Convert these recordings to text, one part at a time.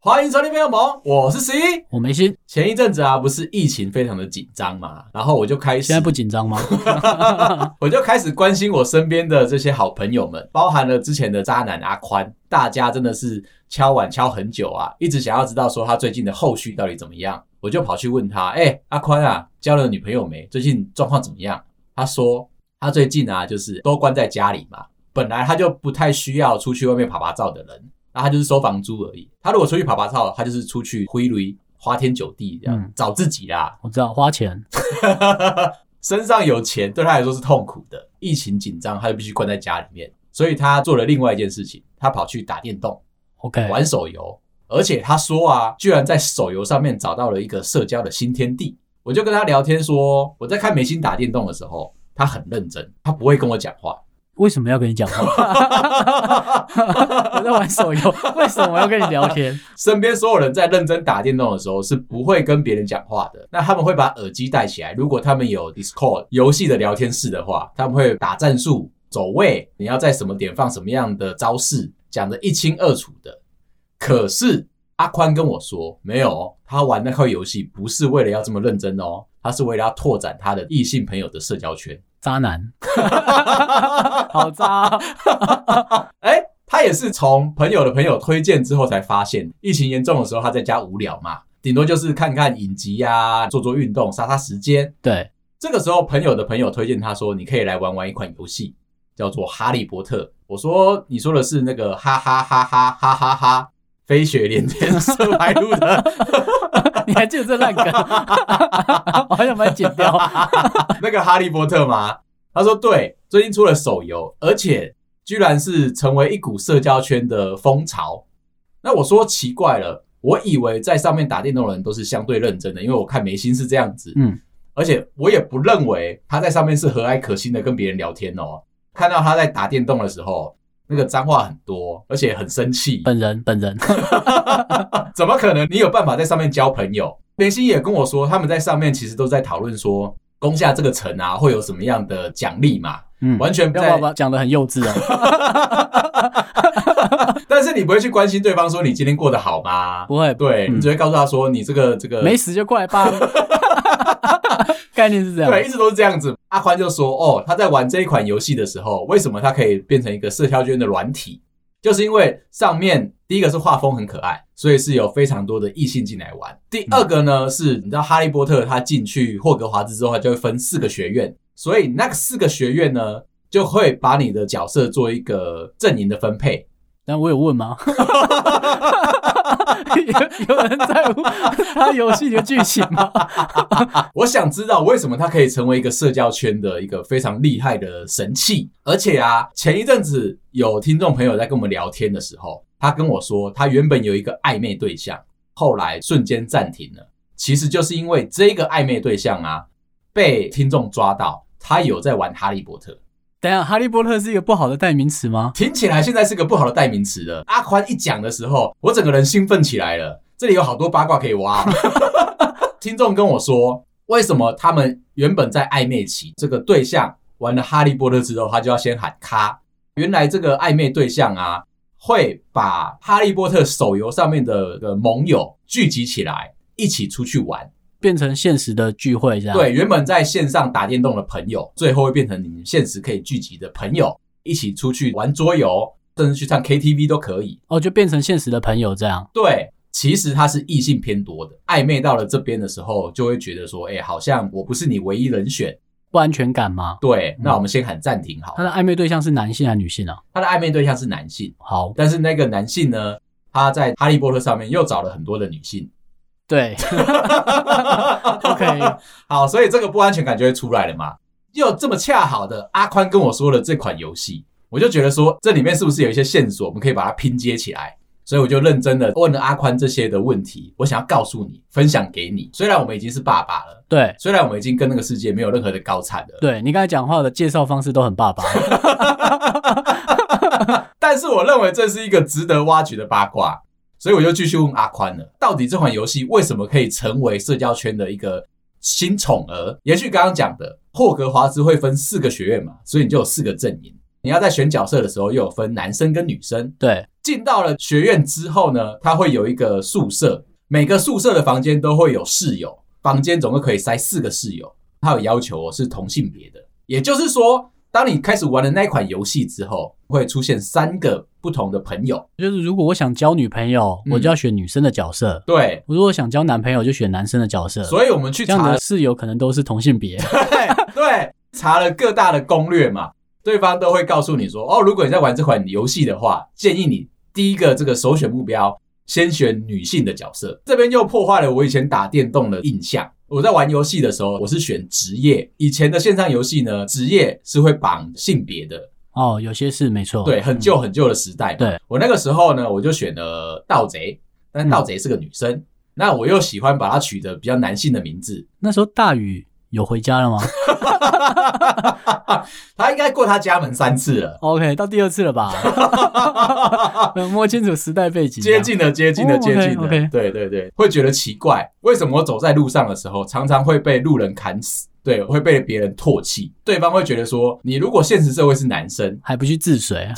欢迎收听《朋友盟》，我是十一。我没心，前一阵子啊，不是疫情非常的紧张嘛，然后我就开始现在不 紧张吗？我就开始关心我身边的这些好朋友们，包含了之前的渣男阿宽，大家真的是敲碗敲很久啊，一直想要知道说他最近的后续到底怎么样。我就跑去问他，哎、阿宽啊，交了女朋友没？最近状况怎么样？他说他最近啊，就是都关在家里嘛，本来他就不太需要出去外面爬爬照的人，那他就是收房租而已。他如果出去爬爬照，他就是出去挥泪花天酒地这样、嗯找自己啦，我知道花钱， 身上有钱对他来说是痛苦的。疫情紧张，他就必须关在家里面，所以他做了另外一件事情，他跑去打电动、 OK，玩手游，而且他说啊，居然在手游上面找到了一个社交的新天地。我就跟他聊天说，我在看梅心打电动的时候，他很认真，他不会跟我讲话。为什么要跟你 讲话？我在玩手游，为什么我要跟你聊天？身边所有人在认真打电动的时候是不会跟别人讲话的，那他们会把耳机戴起来。如果他们有 Discord 游戏的聊天室的话，他们会打战术、走位，你要在什么点放什么样的招式，讲得一清二楚的。可是阿宽跟我说，没有哦，他玩那块游戏不是为了要这么认真哦，他是为了要拓展他的异性朋友的社交圈。 渣男，好渣哦、哎，他也是从朋友的朋友推荐之后才发现，疫情严重的时候他在家无聊嘛，顶多就是看看影集呀、做做运动、杀杀时间。对，这个时候，朋友的朋友推荐他说：“你可以来玩玩一款游戏，叫做《哈利波特》。”我说：“你说的是那个哈哈哈哈哈哈哈飞雪连天 射白鹿的你还记得这烂梗？ 我还想把它剪掉。 那个哈利波特吗？”他说：“对，最近出了手游，而且居然是成为一股社交圈的风潮。”那我说奇怪了，我以为在上面打电动的人都是相对认真的，因为我看梅心是这样子，嗯，而且我也不认为他在上面是和蔼可亲的跟别人聊天哦。看到他在打电动的时候，那个脏话很多，而且很生气，本人本人，怎么可能你有办法在上面交朋友？连心也跟我说，他们在上面其实都在讨论说，攻下这个城啊会有什么样的奖励嘛，嗯，完全不要在把把讲的很幼稚哦，但是你不会去关心对方说你今天过得好吗？不会，嗯对你只会告诉他说你这个这个没死就过来吧。概念是这样，对，一直都是这样子。阿宽就说：“哦，他在玩这一款游戏的时候，为什么他可以变成一个社交圈的软体？就是因为上面第一个是画风很可爱，所以是有非常多的异性进来玩。第二嗯个呢是，你知道哈利波特他进去霍格华兹之后，他就会分四个学院，所以那个四个学院呢就会把你的角色做一个阵营的分配。但我有问 吗？有有人在乎他游戏里的剧情吗？我想知道为什么它可以成为一个社交圈的一个非常厉害的神器。而且啊，前一阵子有听众朋友在跟我们聊天的时候，他跟我说，他原本有一个暧昧对象，后来瞬间暂停了，其实就是因为这个暧昧对象啊，被听众抓到他有在玩《哈利波特》。等一下，哈利波特是一个不好的代名词吗？听起来现在是个不好的代名词了。阿宽一讲的时候，我整个人兴奋起来了。这里有好多八卦可以挖 哦、听众跟我说，为什么他们原本在暧昧期，这个对象玩了《哈利波特》之后，他就要先喊咔？原来这个暧昧对象啊，会把《哈利波特》手游上面的的盟友聚集起来，一起出去玩。变成现实的聚会这样？，对，原本在线上打电动的朋友，最后会变成你们现实可以聚集的朋友，一起出去玩桌游，甚至去唱 KTV 都可以。哦，就变成现实的朋友这样。对，其实它是异性偏多的，暧昧到了这边的时候，就会觉得说，哎、好像我不是你唯一人选。不安全感吗？对，那我们先喊暂停好他了。的暧昧对象是男性还是女性啊？他的暧昧对象是男性，好，但是那个男性呢，他在《哈利波特》上面又找了很多的女性。对，OK， 好，所以这个不安全感就会出来了嘛。又这么恰好的阿宽跟我说了这款游戏，我就觉得说这里面是不是有一些线索，我们可以把它拼接起来？所以我就认真的问了阿宽这些的问题，我想要告诉你，分享给你。虽然我们已经是爸爸了， 对虽然我们已经跟那个世界没有任何的高产了，对，你刚才讲话的介绍方式都很爸爸。 但是我认为这是一个值得挖掘的八卦。所以我就继续问阿宽了，到底这款游戏为什么可以成为社交圈的一个新宠儿？延续刚刚讲的，霍格华兹会分四个学院嘛，所以你就有四个阵营。你要在选角色的时候，又有分男生跟女生。对，进到了学院之后呢，它会有一个宿舍，每个宿舍的房间都会有室友，房间总共可以塞四个室友。它有要求我哦是同性别的，也就是说，当你开始玩的那一款游戏之后，会出现三个不同的朋友。就是如果我想交女朋友，嗯我就要选女生的角色；对，我如果想交男朋友，就选男生的角色。所以我们去这样查的室友可能都是同性 别。对对，查了各大的攻略嘛，对方都会告诉你说，哦，如果你在玩这款游戏的话，建议你第一个这个首选目标先选女性的角色。这边又破坏了我以前打电动的印象。我在玩游戏的时候，我是选职业。以前的线上游戏呢，职业是会绑性别的，哦，有些是没错。对，很旧很旧的时代嘛。对我那个时候呢，我就选了盗贼，但盗贼是个女生，那我又喜欢把它取的比较男性的名字， 那时候大宇有回家了吗他应该过他家门三次了。 ？OK，到第二次了吧？ 没有摸清楚时代背景，啊接近的，接近的，哦接近的 OK，OK，对对对，会觉得奇怪，为什么我走在路上的时候，常常会被路人砍死？对，会被别人唾弃，对方会觉得说，你如果现实社会是男生，还不去治 水。啊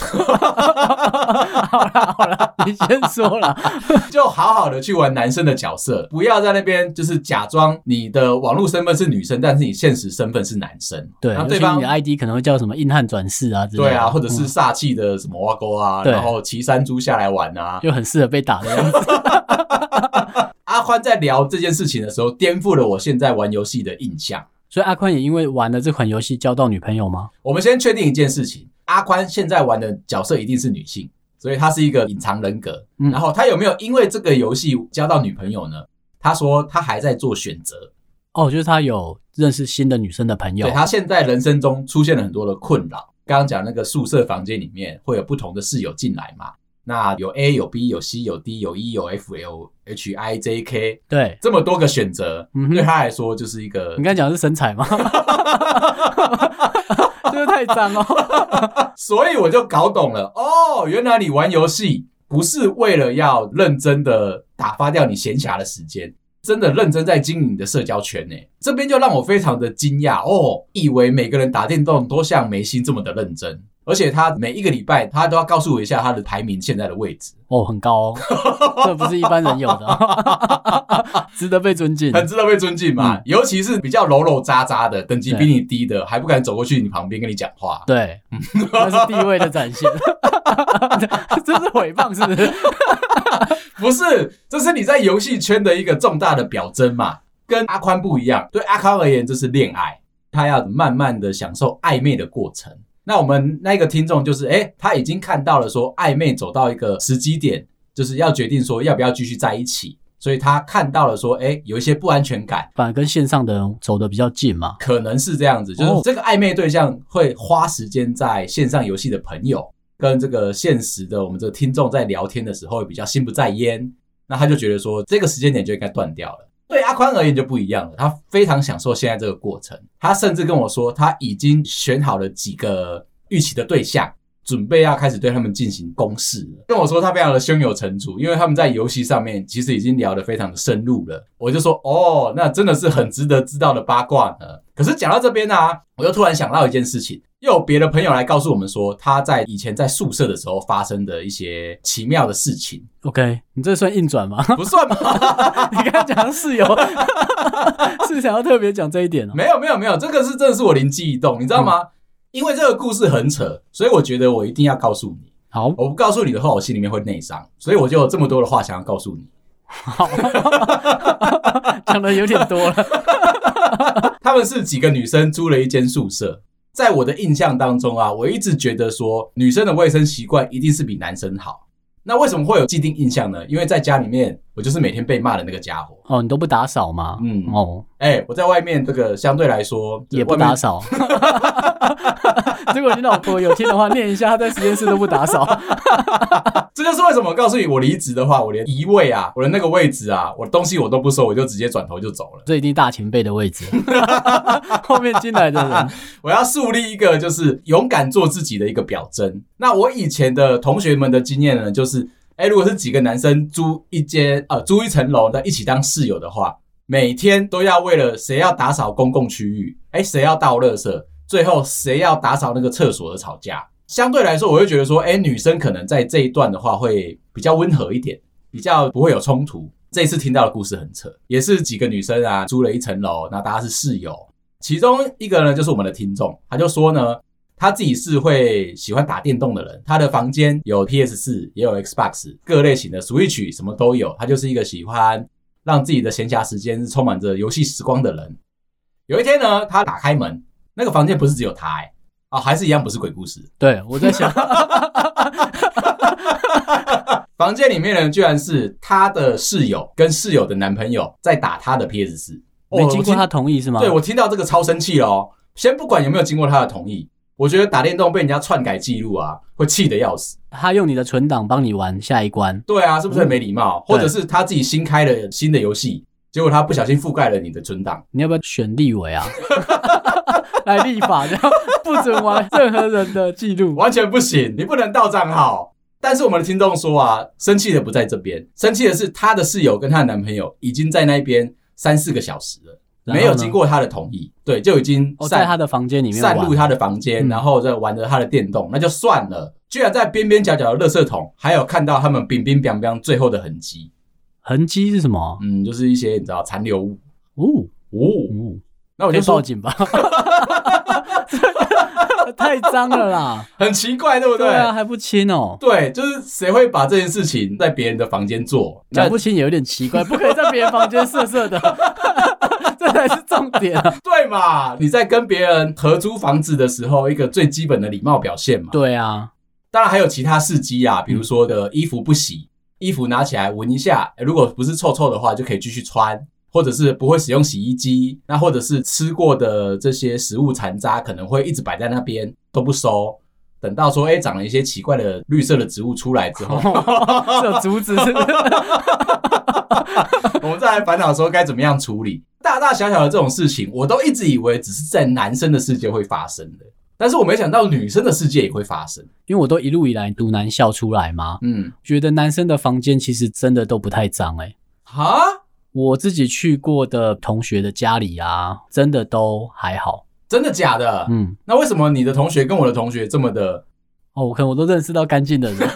好了好了，你先说了。 就好好的去玩男生的角色，不要在那边就是假装你的网络身份是女生，但是你现实身份是男生，对，然后尤对其方你的 ID 可能会叫什么硬汉转世啊之类的。对啊，或者是嗯煞气的什么挖沟啊，对然后骑山猪下来玩啊，又很适合被打 的样子。阿欢在聊这件事情的时候，颠覆了我现在玩游戏的印象。所以阿宽也因为玩了这款游戏交到女朋友吗？我们先确定一件事情：阿宽现在玩的角色一定是女性，所以她是一个隐藏人格。嗯然后他有没有因为这个游戏交到女朋友呢？他说他还在做选择，哦，就是他有认识新的女生的朋友对。他现在人生中出现了很多的困扰。刚刚讲那个宿舍房间里面会有不同的室友进来嘛？那有 A 有 B 有 C 有 D 有 E 有 F 有 H I J K 对，这么多个选择，嗯对哼，他来说就是一个你刚才讲的是身材 吗？就是太脏 哦。所以我就搞懂了，哦，原来你玩游戏不是为了要认真的打发掉你闲暇的时间，真的认真在经营你的社交圈呢。这边就让我非常的惊讶哦，以为每个人打电动都像梅心这么的认真，而且他每一个礼拜他都要告诉我一下他的排名现在的位置，哦，很高哦，这不是一般人有 的，值得被尊敬。很值得被尊敬嘛。嗯尤其是比较柔柔渣渣的，等级比你低的，还不敢走过去你旁边跟你讲话。对，那是地位的展现， 这是诽谤是不是？ 不是，这是你在游戏圈的一个重大的表征嘛，跟阿宽不一样。对阿宽而言，这是恋爱，他要慢慢的享受暧昧的过程。那我们那个听众就是，诶，他已经看到了说暧昧走到一个时机点，就是要决定说要不要继续在一起，所以他看到了说，诶，有一些不安全感，反而跟线上的人走的比较近嘛。可能是这样子，就是哦这个暧昧对象会花时间在线上游戏的朋友跟这个现实的我们这个听众在聊天的时候会比较心不在焉，那他就觉得说这个时间点就应该断掉了。对阿宽而言就不一样了，他非常享受现在这个过程，他甚至跟我说他已经选好了几个预期的对象。准备要开始对他们进行攻势了，跟我说他非常的胸有成竹，因为他们在游戏上面其实已经聊得非常的深入了。我就说哦，那真的是很值得知道的八卦呢。可是讲到这边呢、啊，我又突然想到一件事情，又有别的朋友来告诉我们说，他在以前在宿舍的时候发生的一些奇妙的事情， OK，你这算硬转 吗？不算吗？你刚才讲室友， 是想要特别讲这一点哦。没有没有没有，这个是真的是我灵机一动，你知道吗？因为这个故事很扯，所以我觉得我一定要告诉你。好，我不告诉你的话，我心里面会内伤，所以我就有这么多的话想要告诉你。讲的有点多了。他们是几个女生租了一间宿舍。在我的印象当中啊，我一直觉得说女生的卫生习惯一定是比男生好。那为什么会有既定印象呢？因为在家里面，我就是每天被骂的那个家伙。 哦，你都不打扫吗？嗯哦，哎、我在外面这个相对来说也外不面打扫。 如果你老婆有听的话，念一下，她在实验室都不打扫。这就是为什么我告诉你，我离职的话，我连移位啊，我的那个位置啊，我东西我都不收，我就直接转头就走了。这一定大前辈的位 置，后面进来的 人， 我要树立一个就是勇敢做自己的一个表征。那我以前的同学们的经验呢，就是。哎，如果是几个男生租一间呃租一层楼的一起当室友的话，每天都要为了谁要打扫公共区域，哎，谁要倒垃圾，最后谁要打扫那个厕所而吵架。相对来说，我会觉得说，哎，女生可能在这一段的话会比较温和一点，比较不会有冲突。这一次听到的故事很扯，也是几个女生啊租了一层楼，那大家是室友，其中一个呢就是我们的听众，他就说呢，他自己是会喜欢打电动的人，他的房间有 PS 四，也有 Xbox，各类型的 Switch 什么都有，他就是一个喜欢让自己的闲暇时间是充满着游戏时光的人。有一天呢，他打开门，那个房间不是只有他、欸，啊，还是一样不是鬼故事，对，我在想，房间里面呢居然是他的室友跟室友的男朋友在打他的 PS 四。没哦经我过听他同意是吗？对，我听到这个超生气哦。先不管有没有经过他的同意，我觉得打电动被人家篡改记录啊，会气得要死。他用你的存档帮你玩下一关，对啊，是不是很没礼貌？嗯对或者是他自己新开了新的游戏，结果他不小心覆盖了你的存档。你要不要选立委啊？ 来立法，然后不准玩任何人的记录。完全不行，你不能盗账号。但是我们的听众说啊，生气的不在这边，生气的是她的室友跟她的男朋友已经在那边三四个小时了，然后没呢有经过她的同意，对，就已经哦，在散、他的房间里面散入玩。她的房间，嗯然后再玩着她的电动，那就算了。居然在边边角角的垃圾桶，还有看到他们冰冰冰冰最后的痕迹，痕迹是什么？嗯，就是一些你知道残留物哦，哦。哦那我可就以报说警吧。 太脏了啦！很奇怪，对不对？对啊，还不亲哦，对，就是谁会把这件事情在别人的房间做？那讲不亲也有点奇怪，不可以在别人房间色色的， 这才是重点啊！对嘛？你在跟别人合租房子的时候，一个最基本的礼貌表现嘛。对啊，当然还有其他事迹啊，比如说的衣服不洗，衣服拿起来闻一下，诶如果不是臭臭的话，就可以继续穿。或者是不会使用洗衣机，那或者是吃过的这些食物残渣可能会一直摆在那边都不收，等到说哎、诶长了一些奇怪的绿色的植物出来之后，哦是有竹子是不是？ 我们再来烦恼说该怎么样处理。大大小小的这种事情，我都一直以为只是在男生的世界会发生的，但是我没想到女生的世界也会发生。因为我都一路以来读男校出来嘛，嗯，觉得男生的房间其实真的都不太脏哎、哈，我自己去过的同学的家里啊，真的都还好。真的假的？嗯，那为什么你的同学跟我的同学这么的？哦，我可能我都认识到干净的人，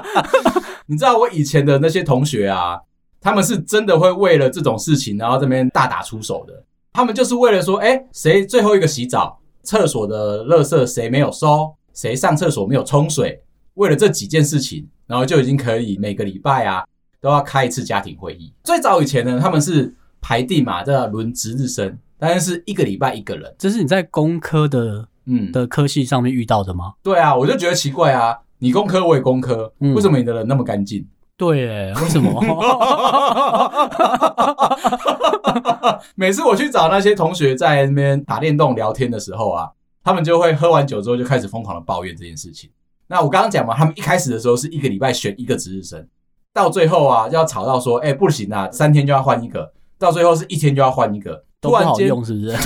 你知道我以前的那些同学啊，他们是真的会为了这种事情，然后这边大打出手的。他们就是为了说，哎、谁最后一个洗澡，厕所的垃圾谁没有收，谁上厕所没有冲水，为了这几件事情，然后就已经可以每个礼拜啊都要开一次家庭会议。最早以前呢，他们是排定嘛，这轮值日生，但是是一个礼拜一个人。这是你在工科的嗯，的科系上面遇到的吗？对啊，我就觉得奇怪啊，你工科我也工科，嗯为什么你的人那么干净？对耶，为 什么？每次我去找那些同学在那边打电动聊天的时候啊，他们就会喝完酒之后就开始疯狂的抱怨这件事情。那我刚刚讲嘛，他们一开始的时候是一个礼拜选一个值日生，到最后啊要吵到说，哎、不行啊，三天就要换一个，到最后是一天就要换一个。都突不然好间，用是不 是？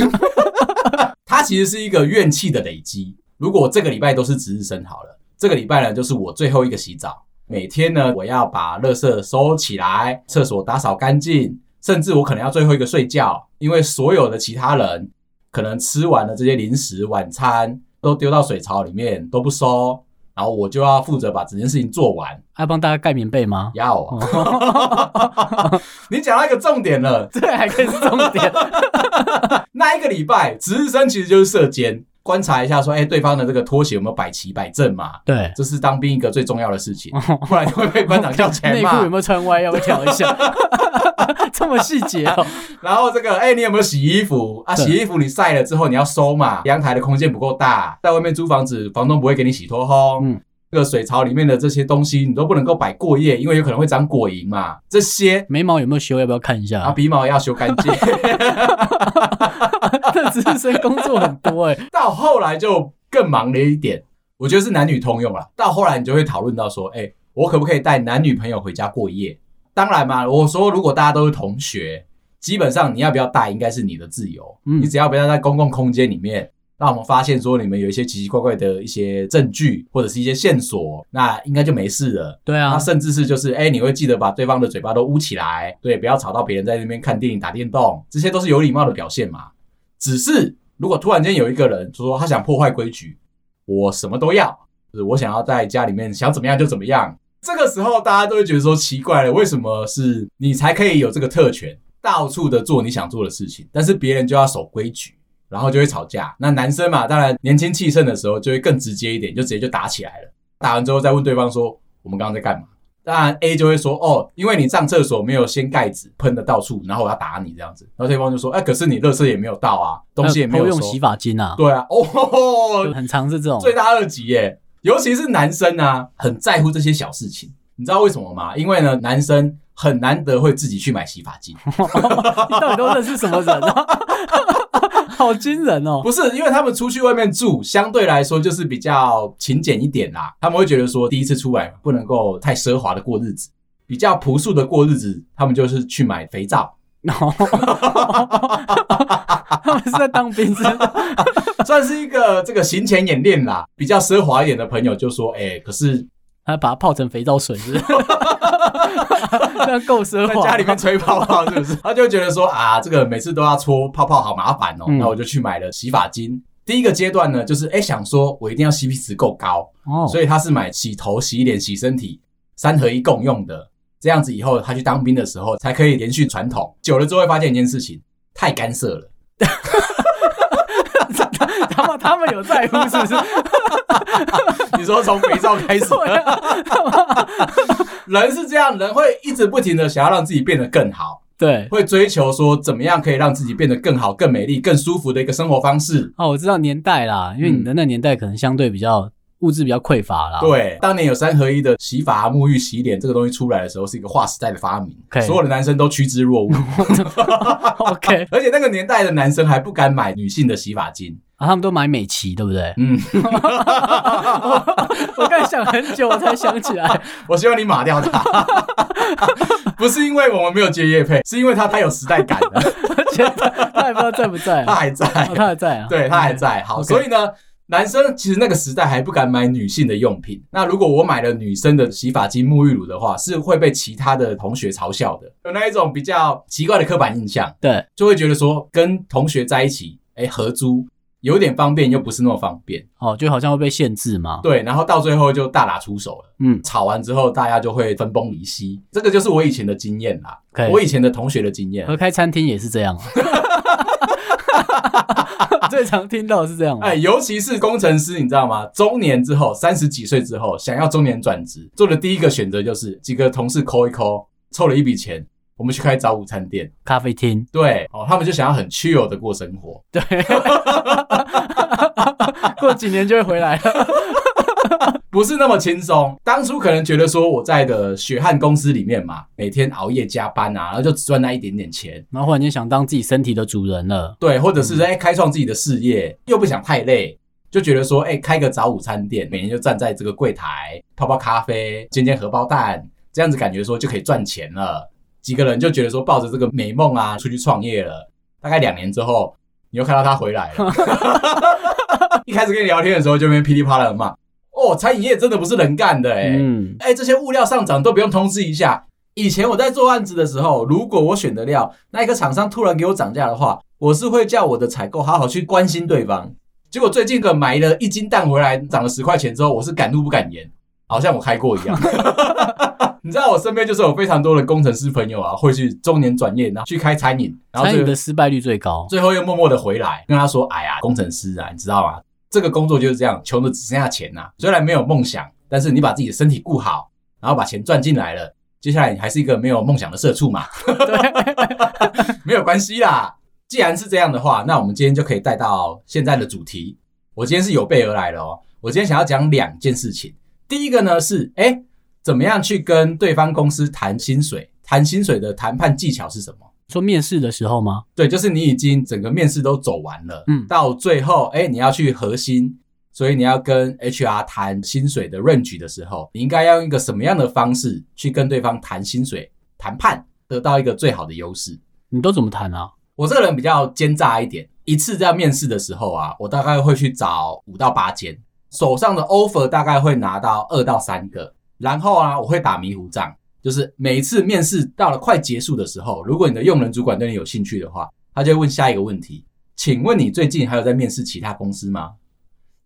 它其实是一个怨气的累积。如果我这个礼拜都是值日生好了，这个礼拜呢就是我最后一个洗澡，每天呢我要把垃圾收起来，厕所打扫干净，甚至我可能要最后一个睡觉，因为所有的其他人可能吃完了这些零食晚餐都丢到水槽里面都不收，然后我就要负责把整件事情做完。要帮大家盖棉 被吗？要啊， 你讲到一个重点了，这还可以是重点。那一个礼拜，值日生其实就是射监，观察一下说，哎、对方的这个拖鞋有没有摆齐摆正嘛？ 对，这是当兵一个最重要的事情，不然就会被班长叫起来哦 内裤有骂。没有穿歪？要不要调一下？ 这么细节 哦。然后这个，哎、你有没有洗衣服啊？对洗衣服你晒了之后你要收嘛，阳台的空间不够大，在外面租房子，房东不会给你洗脱烘。嗯这个水槽里面的这些东西你都不能够摆过夜，因为有可能会长果蝇嘛。这些眉毛有没有修？要不要看一啊，下？鼻毛要修干净。 这值日生工作很多哎、到后来就更忙了一点，我觉得是男女通用了。到后来你就会讨论到说，哎、我可不可以带男女朋友回家过夜？当然嘛，我说如果大家都是同学，基本上你要不要带应该是你的自由，嗯你只要不要在公共空间里面那我们发现说你们有一些奇奇怪怪的一些证据或者是一些线索，那应该就没事了。对那啊，甚至是就是，哎、你会记得把对方的嘴巴都捂起来，对，不要吵到别人在那边看电影、打电动，这些都是有礼貌的表现嘛。只是如果突然间有一个人说他想破坏规矩，我什么都要，就是我想要在家里面想怎么样就怎么样，这个时候大家都会觉得说奇怪了，为什么是你才可以有这个特权，到处的做你想做的事情，但是别人就要守规矩？然后就会吵架。那男生嘛，当然年轻气盛的时候就会更直接一点，就直接就打起来了。打完之后再问对方说：“我们刚刚在干嘛？”当然 A 就会说：“哦，因为你上厕所没有掀盖子，喷的到处，然后我要打你这样子。”然后对方就说：“哎、可是你垃圾也没有倒啊，东西也没有偷收用。洗发精啊，对啊，哦吼吼就很常是这种。罪大恶极耶！尤其是男生啊，很在乎这些小事情。你知道为什么吗？因为呢，男生很难得会自己去买洗发精， 你到底都认识什么人 啊？好惊人 哦！不是，因为他们出去外面住，相对来说就是比较勤俭一点啦。他们会觉得说，第一次出来不能够太奢华的过日子，比较朴素的过日子，他们就是去买肥皂。 然后他们是在当兵是不是？ 算是一个这个行前演练啦。比较奢华一点的朋友就说，哎、可是还把它泡成肥皂水是不 是？这样够奢在华。家里面吹泡泡是不 是？他就会觉得说啊，这个每次都要搓泡泡，好麻烦哦。嗯那我就去买了洗发精。第一个阶段呢，就是哎、想说我一定要 CP 值够高，哦，所以他是买洗头、洗脸、洗身体三合一共用的。这样子以后，他去当兵的时候才可以延续传统。久了之后会发现一件事情，太干涉 了。他们他们有在乎是不是？你说从肥皂开始， 对啊，人是这样，人会一直不停的想要让自己变得更好，对。会追求说怎么样可以让自己变得更好、更美丽、更舒服的一个生活方式。哦，我知道年代啦，因为你的那年代可能相对比较物质比较匮乏啦。，对，当年有三合一的洗发、沐浴、洗脸这个东西出来的时候，是一个划时代的发明 OK 所有的男生都趋之若鹜， OK，而且那个年代的男生还不敢买女性的洗发精。啊，他们都买美琪，对不对？嗯， 我刚才想很久，我才想起来。我希望你码掉他， 不是因为我们没有接叶配，是因为他太有时代感了，觉得他也不知道在不在、他啊， 还在，哦、他还在啊。对他还在。好 OK 所以呢，男生其实那个时代还不敢买女性的用品。那如果我买了女生的洗发精、沐浴乳的话，是会被其他的同学嘲笑的，有那一种比较奇怪的刻板印象，对，就会觉得说跟同学在一起，哎，合租有点方便，又不是那么方便。哦，就好像会被限制嘛。对，然后到最后就大打出手了。嗯，吵完之后，大家就会分崩离析，这个就是我以前的经验啦。可以我以前的同学的经验。合开餐厅也是这样、啊。 最常听到的是这样、啊。哎，尤其是工程师，你知道吗？中年之后，三十几岁之后，想要中年转职，做的第一个选择就是几个同事抠一抠，凑了一笔钱，我们去开早午餐店。咖啡厅，对，哦，他们就想要很 chill 的过生活。对，过几年就会回来 了。不是那么轻松。当初可能觉得说我在的血汗公司里面嘛，每天熬夜加班啊，然后就只赚那一点点钱，然后忽然间想当自己身体的主人了。对，或者是哎、开创自己的事业，又不想太累，就觉得说哎、开个早午餐店，每天就站在这个柜台泡泡咖啡，煎煎荷包蛋，这样子感觉说就可以赚钱了。几个人就觉得说抱着这个美梦啊出去创业了。大概两年之后，你又看到他回来了。一开始跟你聊天的时候就边噼里啪啦的骂，哦，餐饮业真的不是人干的哎、嗯，哎、这些物料上涨都不用通知一下。以前我在做案子的时候，如果我选的料那一个厂商突然给我涨价的话，我是会叫我的采购好好去关心对方。结果最近个买了一斤蛋回来，涨了十块钱之后，我是敢怒不敢言，好像我开过一 样。你知道我身边就是有非常多的工程师朋友啊，会去中年转业，然后去开餐饮，然后餐最饮后的失败率最高。最后又默默的回来跟他说：“哎呀，工程师啊，你知道吗？这个工作就是这样，穷的只剩下钱呐、虽然没有梦想，但是你把自己的身体顾好，然后把钱赚进来了，接下来你还是一个没有梦想的社畜嘛。 没有关系啦，既然是这样的话，那我们今天就可以带到现在的主题。我今天是有备而来的哦。我今天想要讲两件事情。第一个呢是，哎、怎么样去跟对方公司谈薪水？谈薪水的谈判技巧是什么？说面试的时候吗？对，就是你已经整个面试都走完了，嗯到最后，哎、你要去核心，所以你要跟 HR 谈薪水的 range 的时候，你应该要用一个什么样的方式去跟对方谈薪水谈判，得到一个最好的优势。你都怎么谈啊？我这个人比较奸诈一点，一次在面试的时候啊，我大概会去找五到八间，手上的 offer 大概会拿到二到三个，然后啊，我会打迷糊仗，就是每一次面试到了快结束的时候，如果你的用人主管对你有兴趣的话，他就会问下一个问题，请问你最近还有在面试其他公司吗？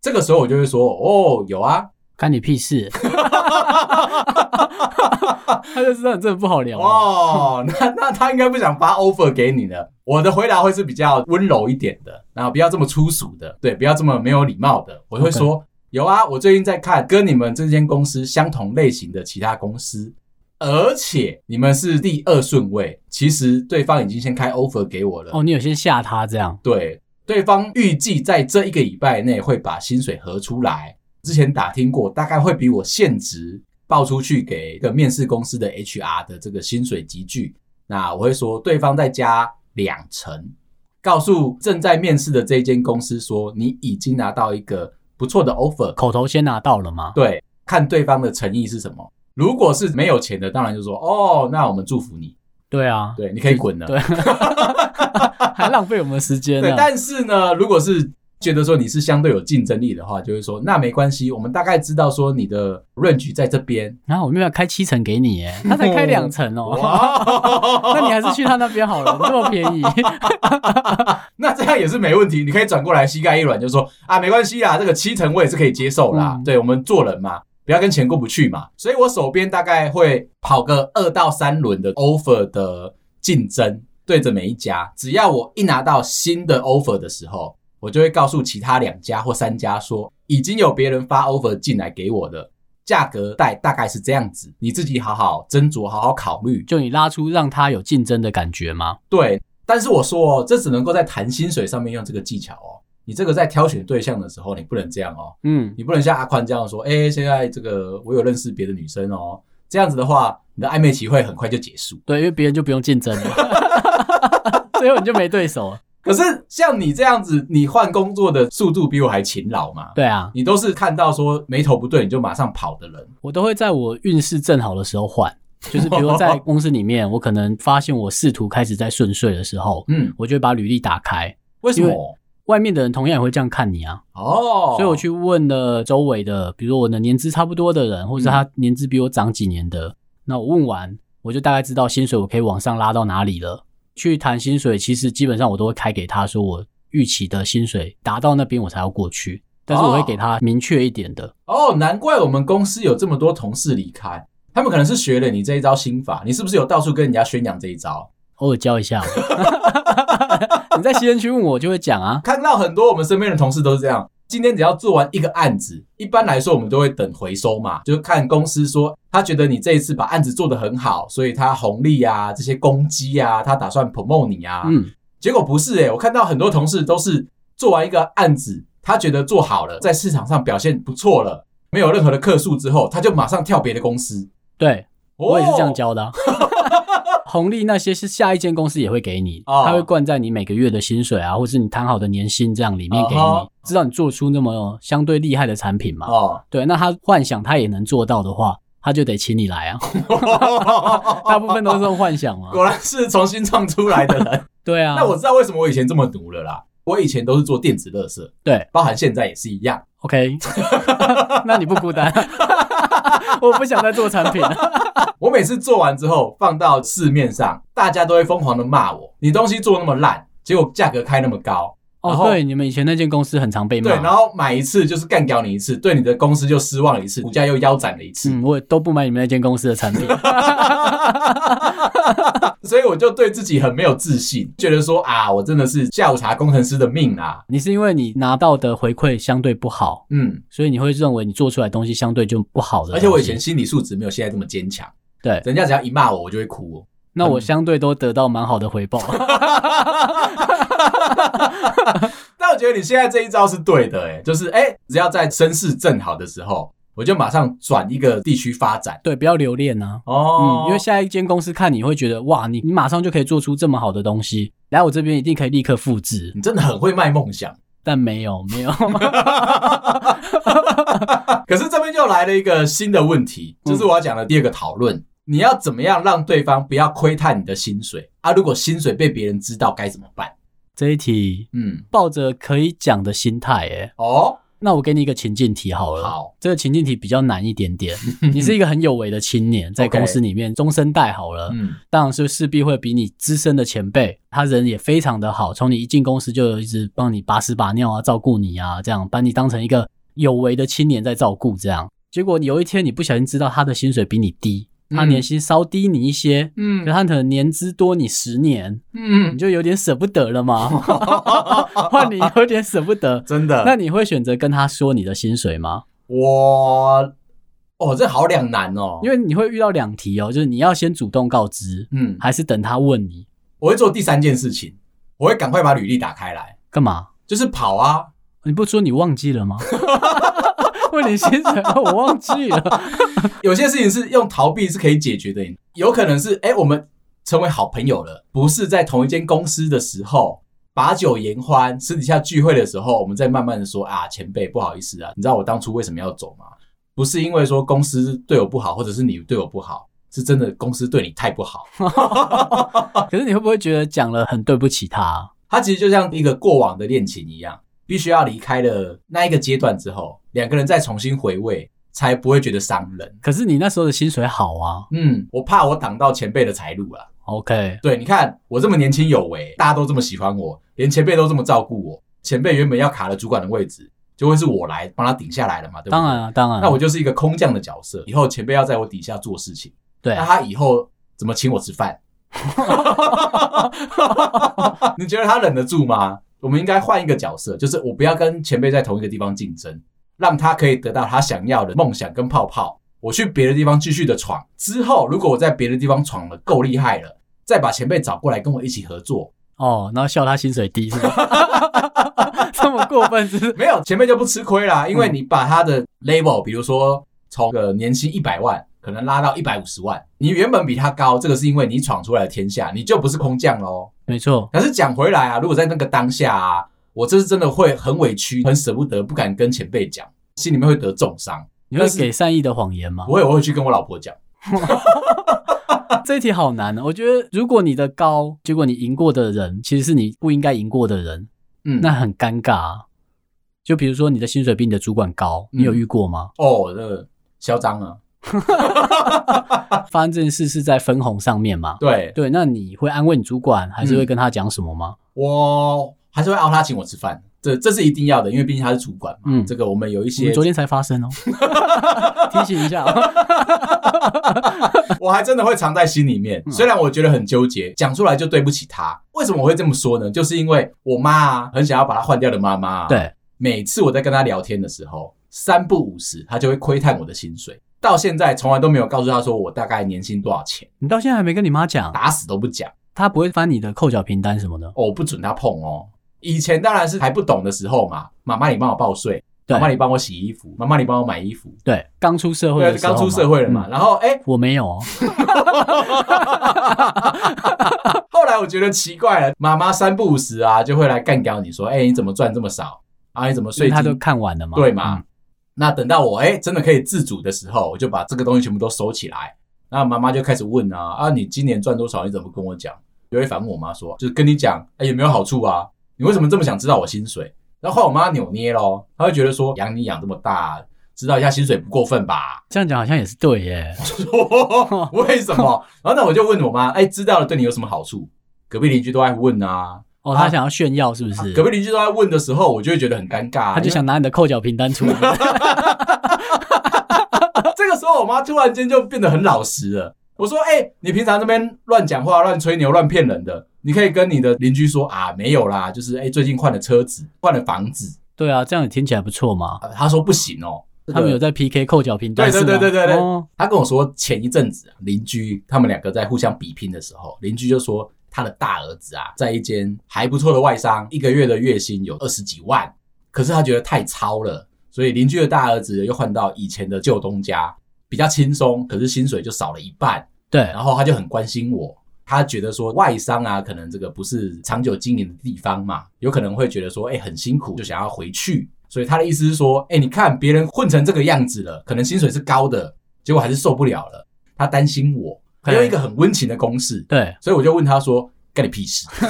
这个时候我就会说，哦，有啊， 干你屁事！ 他就知道你真的不好聊啊。哦，那那他应该不想发 offer 给你了。我的回答会是比较温柔一点的，然后不要这么粗俗的，对，不要这么没有礼貌的。我会说有啊，我最近在看跟你们这间公司相同类型的其他公司，而且你们是第二顺位，其实对方已经先开 offer 给我了。哦，你有些吓他这样，对，对方预计在这一个礼拜内会把薪水核出来。之前打听过，大概会比我现值报出去给一个面试公司的 HR 的这个薪水集聚。那我会说，对方再加两成，告诉正在面试的这一间公司说，你已经拿到一个不错的 offer。口头先拿到了吗？对，看对方的诚意是什么。如果是没有钱的，当然就说哦，那我们祝福你，对啊，对，你可以滚了。对，还浪费我们的时间对，呢。但是呢，如果是觉得说你是相对有竞争力的话，就会说那没关系，我们大概知道说你的 range 在这边。然后我们要开七层给你耶，他才开两层 哦。 哇，那你还是去他那边好 了，这么便宜。 那这样也是没问题，你可以转过来膝盖一软就说啊，没关系啦，这个七成我也是可以接受啦。嗯对我们做人嘛，不要跟钱过不去嘛。所以我手边大概会跑个二到三轮的 offer 的竞争，对着每一家，只要我一拿到新的 offer 的时候，我就会告诉其他两家或三家说，已经有别人发 offer 进来给我的。价格带大概是这样子，你自己好好斟酌，好好考虑。就你拉出让他有竞争的感觉吗？对，但是我说哦，这只能够在谈薪水上面用这个技巧哦。你这个在挑选对象的时候，你不能这样哦，嗯，你不能像阿宽这样说，哎、现在这个我有认识别的女生哦，这样子的话，你的暧昧期会很快就结束。对，因为别人就不用竞争了， 最后你就没对手了。可是像你这样子，你换工作的速度比我还勤劳嘛？对啊，你都是看到说眉头不对你就马上跑的人，我都会在我运势正好的时候换，就是比如在公司里面，我可能发现我仕途开始在顺遂的时候，嗯，我就会把履历打开，为什因么？外面的人同样也会这样看你啊。哦，所以我去问了周围的，比如我的年资差不多的人，或者是他年资比我长几年的，那我问完，我就大概知道薪水我可以往上拉到哪里了。去谈薪水，其实基本上我都会开给他说我预期的薪水达到那边我才要过去，但是我会给他明确一点的。哦，难怪我们公司有这么多同事离开，他们可能是学了你这一招心法，你是不是有到处跟人家宣扬这一招？偶尔教一下我。 你在西安区问我，我就会讲啊。看到很多我们身边的同事都是这样。今天只要做完一个案子，一般来说我们都会等回收嘛，就是看公司说他觉得你这一次把案子做得很好，所以他红利啊、这些攻击啊，他打算 promote 你啊。嗯，结果不是诶、我看到很多同事都是做完一个案子，他觉得做好了，在市场上表现不错了，没有任何的客诉之后，他就马上跳别的公司。对我也是这样讲。教的啊、红利那些是下一间公司也会给你，哦它会灌在你每个月的薪水啊，或是你谈好的年薪这样里面给你哦吼知道你做出那么相对厉害的产品嘛。哦，对，那他幻想他也能做到的话，他就得请你来啊。 大部分都是这种幻想嘛。 果然是重新创出来的人。对啊，哦那我知道为什么我以前这么毒了啦。我以前都是做电子垃圾，对，包含现在也是一样。 OK，那你不孤单。我不想再做产品了。我每次做完之后放到市面上，大家都会疯狂的骂我，你东西做那么烂，结果价格开那么高，然哦，后对，你们以前那间公司很常被对，然骂。后买一次就是干掉你一次，对你的公司就失望了一次，股价又腰斩了一次。嗯嗯，我也都不买你们那间公司的产品。所以我就对自己很没有自信，觉得说啊，我真的是下午茶工程师的命啊。你是因为你拿到的回馈相对不好，嗯，所以你会认为你做出来的东西相对就不好的东西。而且我以前心理素质没有现在这么坚强，对，人家只要一骂我，我就会哭哦。那我相对都得到蛮好的回报。 但我觉得你现在这一招是对的、欸，就是哎、欸只要在声势正好的时候，我就马上转一个地区发展对，不要留恋啊。哦嗯，因为下一间公司看你会觉得哇，你你马上就可以做出这么好的东西，来我这边一定可以立刻复制，你真的很会卖梦想。 但没有没有， 可是这边就来了一个新的问题，嗯就是我要讲的第二个讨论，你要怎么样让对方不要窥探你的薪水啊？如果薪水被别人知道该怎么办？这一题嗯，抱着可以讲的心态，哎，哦，那我给你一个情境题好了。好，这个情境题比较难一点点。 你是一个很有为的青年，在 OK 公司里面中生代好了，嗯当然是势必会比你资深的前辈，他人也非常的好，从你一进公司就一直帮你把屎把尿啊，照顾你啊，这样把你当成一个有为的青年在照顾这样。结果你有一天你不小心知道他的薪水比你低，他嗯年薪稍低你一些，嗯可他可能年资多你十年，嗯你就有点舍不得了嘛， 换你有点舍不得。 真的，那你会选择跟他说你的薪水吗？我哦，这好两难哦，因为你会遇到两题哦，就是你要先主动告知，嗯，还是等他问你我会做第三件事情，我会赶快把履历打开来，干嘛？就是跑啊，你不是说你忘记了吗？ 问你薪水，我忘记了。有些事情是用逃避是可以解决的，有可能是哎、诶我们成为好朋友了，不是在同一间公司的时候。把酒言欢，私底下聚会的时候，我们再慢慢的说啊，前辈，不好意思啊，你知道我当初为什么要走吗？不是因为说公司对我不好，或者是你对我不好，是真的公司对你太不好。可是你会不会觉得讲了很对不起他、它其实就像一个过往的恋情一样，必须要离开了那一个阶段之后，两个人再重新回味，才不会觉得伤人。可是你那时候的薪水好啊嗯，我怕我挡到前辈的财路啊。 ，OK，对，你看我这么年轻有为，大家都这么喜欢我，连前辈都这么照顾我，前辈原本要卡了主管的位置，就会是我来帮他顶下来了嘛，对不对？当然。啊，当然啊。那我就是一个空降的角色，以后前辈要在我底下做事情，对那他以后怎么请我吃饭？ 你觉得他忍得住吗？我们应该换一个角色，就是我不要跟前辈在同一个地方竞争，让他可以得到他想要的梦想跟泡泡。我去别的地方继续的闯，之后如果我在别的地方闯了够厉害了，再把前辈找过来跟我一起合作。哦，然后笑他薪水低是吗？ 这么过分是不是？没有前辈就不吃亏啦，因为你把他的 level，比如说从个年薪一百万，可能拉到一百五十万，你原本比他高，这个是因为你闯出来的天下，你就不是空降喽。没错，可是讲回来啊，如果在那个当下啊，我这是真的会很委屈，很舍不得，不敢跟前辈讲，心里面会得重伤。你会但是给善意的谎言吗？不会，我会去跟我老婆讲。这一题好难哦，我觉得如果你的高，结果你赢过的人其实是你不应该赢过的人，嗯，那很尴尬、啊。就比如说你的薪水比你的主管高，嗯你有遇过吗？哦，这个嚣张啊，发生这件事是在分红上面嘛？对对，那你会安慰你主管，还是嗯会跟他讲什么吗？我还是会熬他请我吃饭，这这是一定要的，因为毕竟他是主管嘛。嗯这个我们有一我些们昨天才发生哦，提醒一下、哦。 我还真的会藏在心里面，嗯虽然我觉得很纠结，讲出来就对不起他。为什么我会这么说呢？就是因为我妈啊，很想要把她换掉的妈妈、啊，，对，每次我在跟她聊天的时候，三不五时，她就会窥探我的薪水。到现在从来都没有告诉她说我大概年薪多少钱，你到现在还没跟你妈讲，打死都不讲，她不会翻你的扣缴凭单什么的。哦，不准她碰哦。以前当然是还不懂的时候嘛，妈妈你帮我报税，对妈妈你帮我洗衣服，妈妈你帮我买衣服，对，刚出社会对，啊的时候刚出社会了嘛。嗯然后哎、 我没有、哦，后来我觉得奇怪了，妈妈三不五时啊，就会来干掉你说，哎、你怎么赚这么少？啊，你怎么所税以她都金？看完了嘛。嗯对嘛？啊那等到我哎、真的可以自主的时候，我就把这个东西全部都收起来。那妈妈就开始问啊啊，你今年赚多少？你怎么不跟我讲？就会反问我妈说，就是跟你讲，哎、有没有好处啊？你为什么这么想知道我薪水？然后后来我妈扭捏咯，她会觉得说，养你养这么大，知道一下薪水不过分 吧？这样讲好像也是对耶。说为什么？然后那我就问我妈，哎、知道了对你有什么好处？隔壁邻居都爱问啊，哦，啊她想要炫耀是不是？隔壁邻居都在问的时候，我就会觉得很尴尬、他就想拿你的扣缴凭单出 来。因为 这个时候，我妈突然间就变得很老实了。我说：“哎、你平常这边乱讲话、乱吹牛、乱骗人的，你可以跟你的邻居说啊，没有啦，就是哎、最近换了车子，换了房 子。对啊，这样也听起来不错嘛。啊”她说：“不行哦、他们有在 PK 扣缴凭单，对对是吗对对对对哦他跟我说，前一阵子啊邻居他们两个在互相比拼的时候，邻居就说他的大儿子啊，在一间还不错的外商，一个月的月薪有二十几万，可是他觉得太超了，所以邻居的大儿子又换到以前的旧东家，比较轻松，可是薪水就少了一半。对然后他就很关心我，他觉得说外商啊，可能这个不是长久经营的地方嘛，有可能会觉得说，哎、很辛苦，就想要回去。所以他的意思是说，哎、你看别人混成这个样子了，可能薪水是高的，结果还是受不了了。他担心我，他用一个很温情的公式，对，所以我就问他说，干你屁事！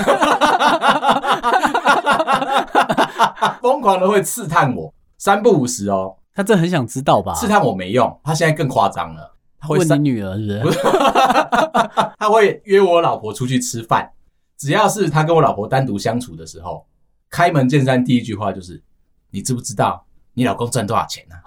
疯狂的会刺探我，三不五时哦，他真的很想知道吧？刺探我没用，他现在更夸张了，他会问你三女儿是不是？他会约我老婆出去吃饭，只要是他跟我老婆单独相处的时候，开门见山第一句话就是：“你知不知道你老公赚多少钱呢、啊？”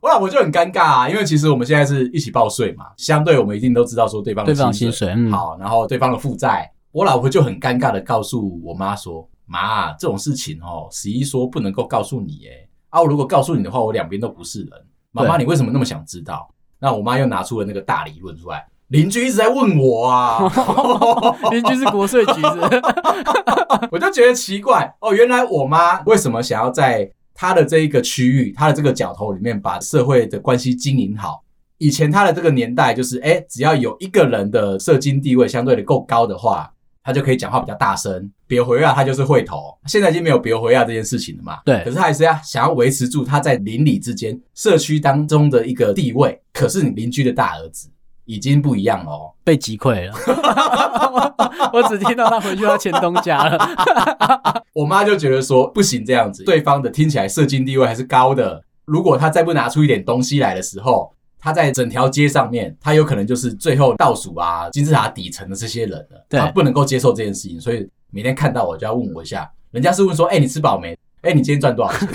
我老婆就很尴尬啊，因为其实我们现在是一起报税嘛，相对我们一定都知道说对方的对方薪薪水，嗯，好，然后对方的负债，我老婆就很尴尬的告诉我妈说：“妈，这种事情哦，十一说不能够告诉你，哎，啊，我如果告诉你的话，我两边都不是人。妈妈，对你为什么那么想知道？”那我妈又拿出了那个大理论出来，邻居一直在问我 啊， 邻居是国税局是不是 我就觉得奇怪哦，原来我妈为什么想要在她的这一个区域、她的这个角头里面把社会的关系经营好？以前她的这个年代就是，哎、只要有一个人的社经地位相对的够高的话，他就可以讲话比较大声，别回啊，他就是会头。现在已经没有别回啊这件事情了嘛？对可是他还是要想要维持住他在邻里之间、社区当中的一个地位。可是你邻居的大儿子已经不一样了哦。 被击溃了。 我只听到他回去他前东家 了。我妈就觉得说不行这样子，对方的听起来社经地位还是高的，如果他再不拿出一点东西来的时候，他在整条街上面，他有可能就是最后倒数啊，金字塔底层的这些人了，对他不能够接受这件事情，所以每天看到我就要问我一下，人家是问说，哎、你吃饱没？哎、你今天赚多少钱？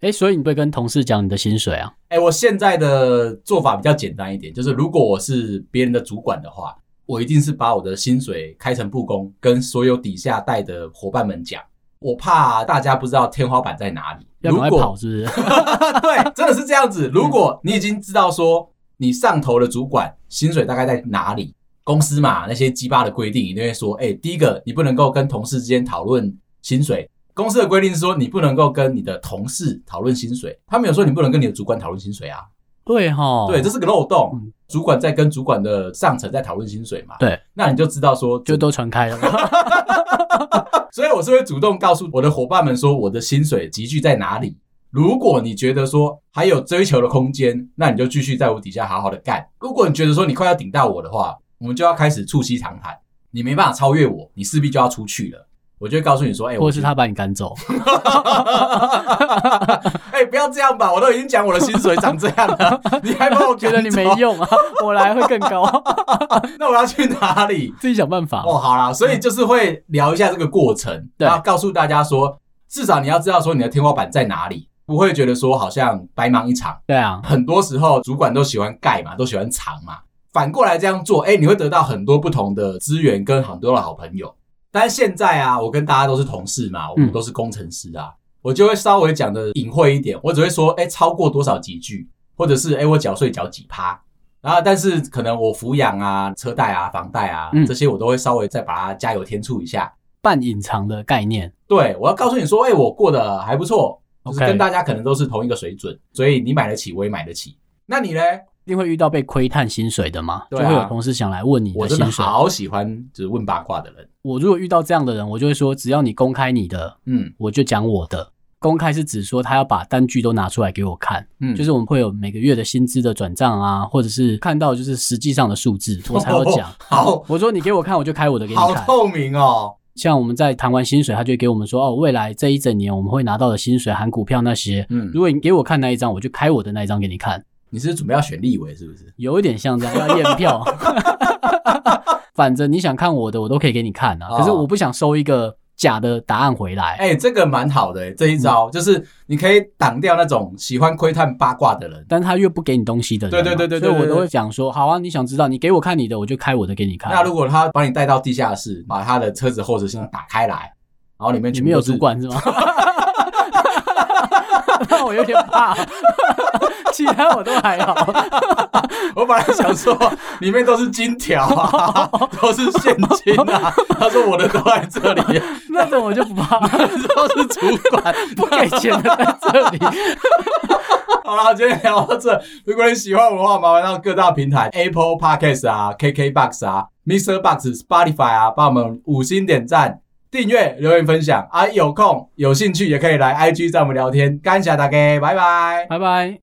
哎、所以你不会跟同事讲你的薪水啊？哎、我现在的做法比较简单一点，就是如果我是别人的主管的话，我一定是把我的薪水开诚布公，跟所有底下带的伙伴们讲。我怕大家不知道天花板在哪里。要如赶快跑果是不是？ 对，真的是这样子。如果你已经知道说你上头的主管薪水大概在哪里，公司嘛那些鸡巴的规定一定会说，哎、第一个你不能够跟同事之间讨论薪水。公司的规定是说，你不能够跟你的同事讨论薪水，他们有说你不能跟你的主管讨论薪水啊。 对哈，对，这是个漏洞哦嗯。主管在跟主管的上层在讨论薪水嘛？对，那你就知道说，就都传开 了嘛。所以我是会主动告诉我的伙伴们说，我的薪水集聚在哪里。如果你觉得说还有追求的空间，那你就继续在我底下好好的干。如果你觉得说你快要顶到我的话，我们就要开始促膝长谈。你没办法超越我，你势必就要出去了。我就会告诉你说，哎、我或者是他把你赶 走，哎、不要这样吧，我都已经讲我的薪水长这样 了，你还把我觉得你没赶走用 啊，我来会更 高，那我要去哪里？自己想办法。嗯哦，好啦，所以就是会聊一下这个过程，对那告诉大家说，至少你要知道说你的天花板在哪里，不会觉得说好像白忙一场。对啊，很多时候主管都喜欢盖嘛，都喜欢藏嘛，反过来这样做，哎、你会得到很多不同的资源跟很多的好朋友。但是现在啊，我跟大家都是同事嘛，我们嗯都是工程师啊，我就会稍微讲的隐晦一点，我只会说，哎、超过多少几句，或者是哎、我缴税缴几趴。然后，但是可能我抚养啊、车贷啊、房贷啊、嗯这些，我都会稍微再把它加油添醋一下。半隐藏的概念，对，我要告诉你说，哎、我过得还不错，就是 OK 跟大家可能都是同一个水准，所以你买得起，我也买得起。那你呢？一定会遇到被窥探薪水的嘛，就对啊会有同事想来问你我的真的薪水。好喜欢就是问八卦的人，我如果遇到这样的人，我就会说，只要你公开你的，嗯我就讲我的。公开是指说他要把单据都拿出来给我看，嗯，。就是我们会有每个月的薪资的转账啊，或者是看到就是实际上的数字，我才会讲 好我说你给我看，我就开我的给你哦好看。透明哦，像我们在谈完薪水，他就会给我们说，哦，未来这一整年我们会拿到的薪水含股票那些。嗯如，果你给我看那一张，我就开我的那一张给你看，你是准备要选立委是不是？有一点像这样要验 票。反正你想看我的，我都可以给你看啊。哦可是我不想收一个假的答案回来。哎、这个蛮好的、这一招、嗯就是你可以挡掉那种喜欢窥探八卦的人。但他越不给你东西的人嘛，对对对对对所以我对都会讲说，好啊，你想知道，你给我看你的，我就开我的给你看。那如果他把你带到地下室，把他的车子后车厢打开来，然后里面你全没部有都是主，管是吗？ 那我有点怕，其他我都还好。 我本来想 说里面都是金条啊，都是现金啊，他说我的都在这里， 那种我就不怕，都是主管。不给钱的在这里。 好啦，今天聊到这。如果你喜欢我的话，麻烦到各大平台 Apple Podcast 啊、KKBox 啊、Mr. Box、Spotify 啊，帮我们五星点赞、订阅、留言分享啊。有空有兴趣也可以来 IG 找我们聊天。感谢大家，拜拜。拜拜。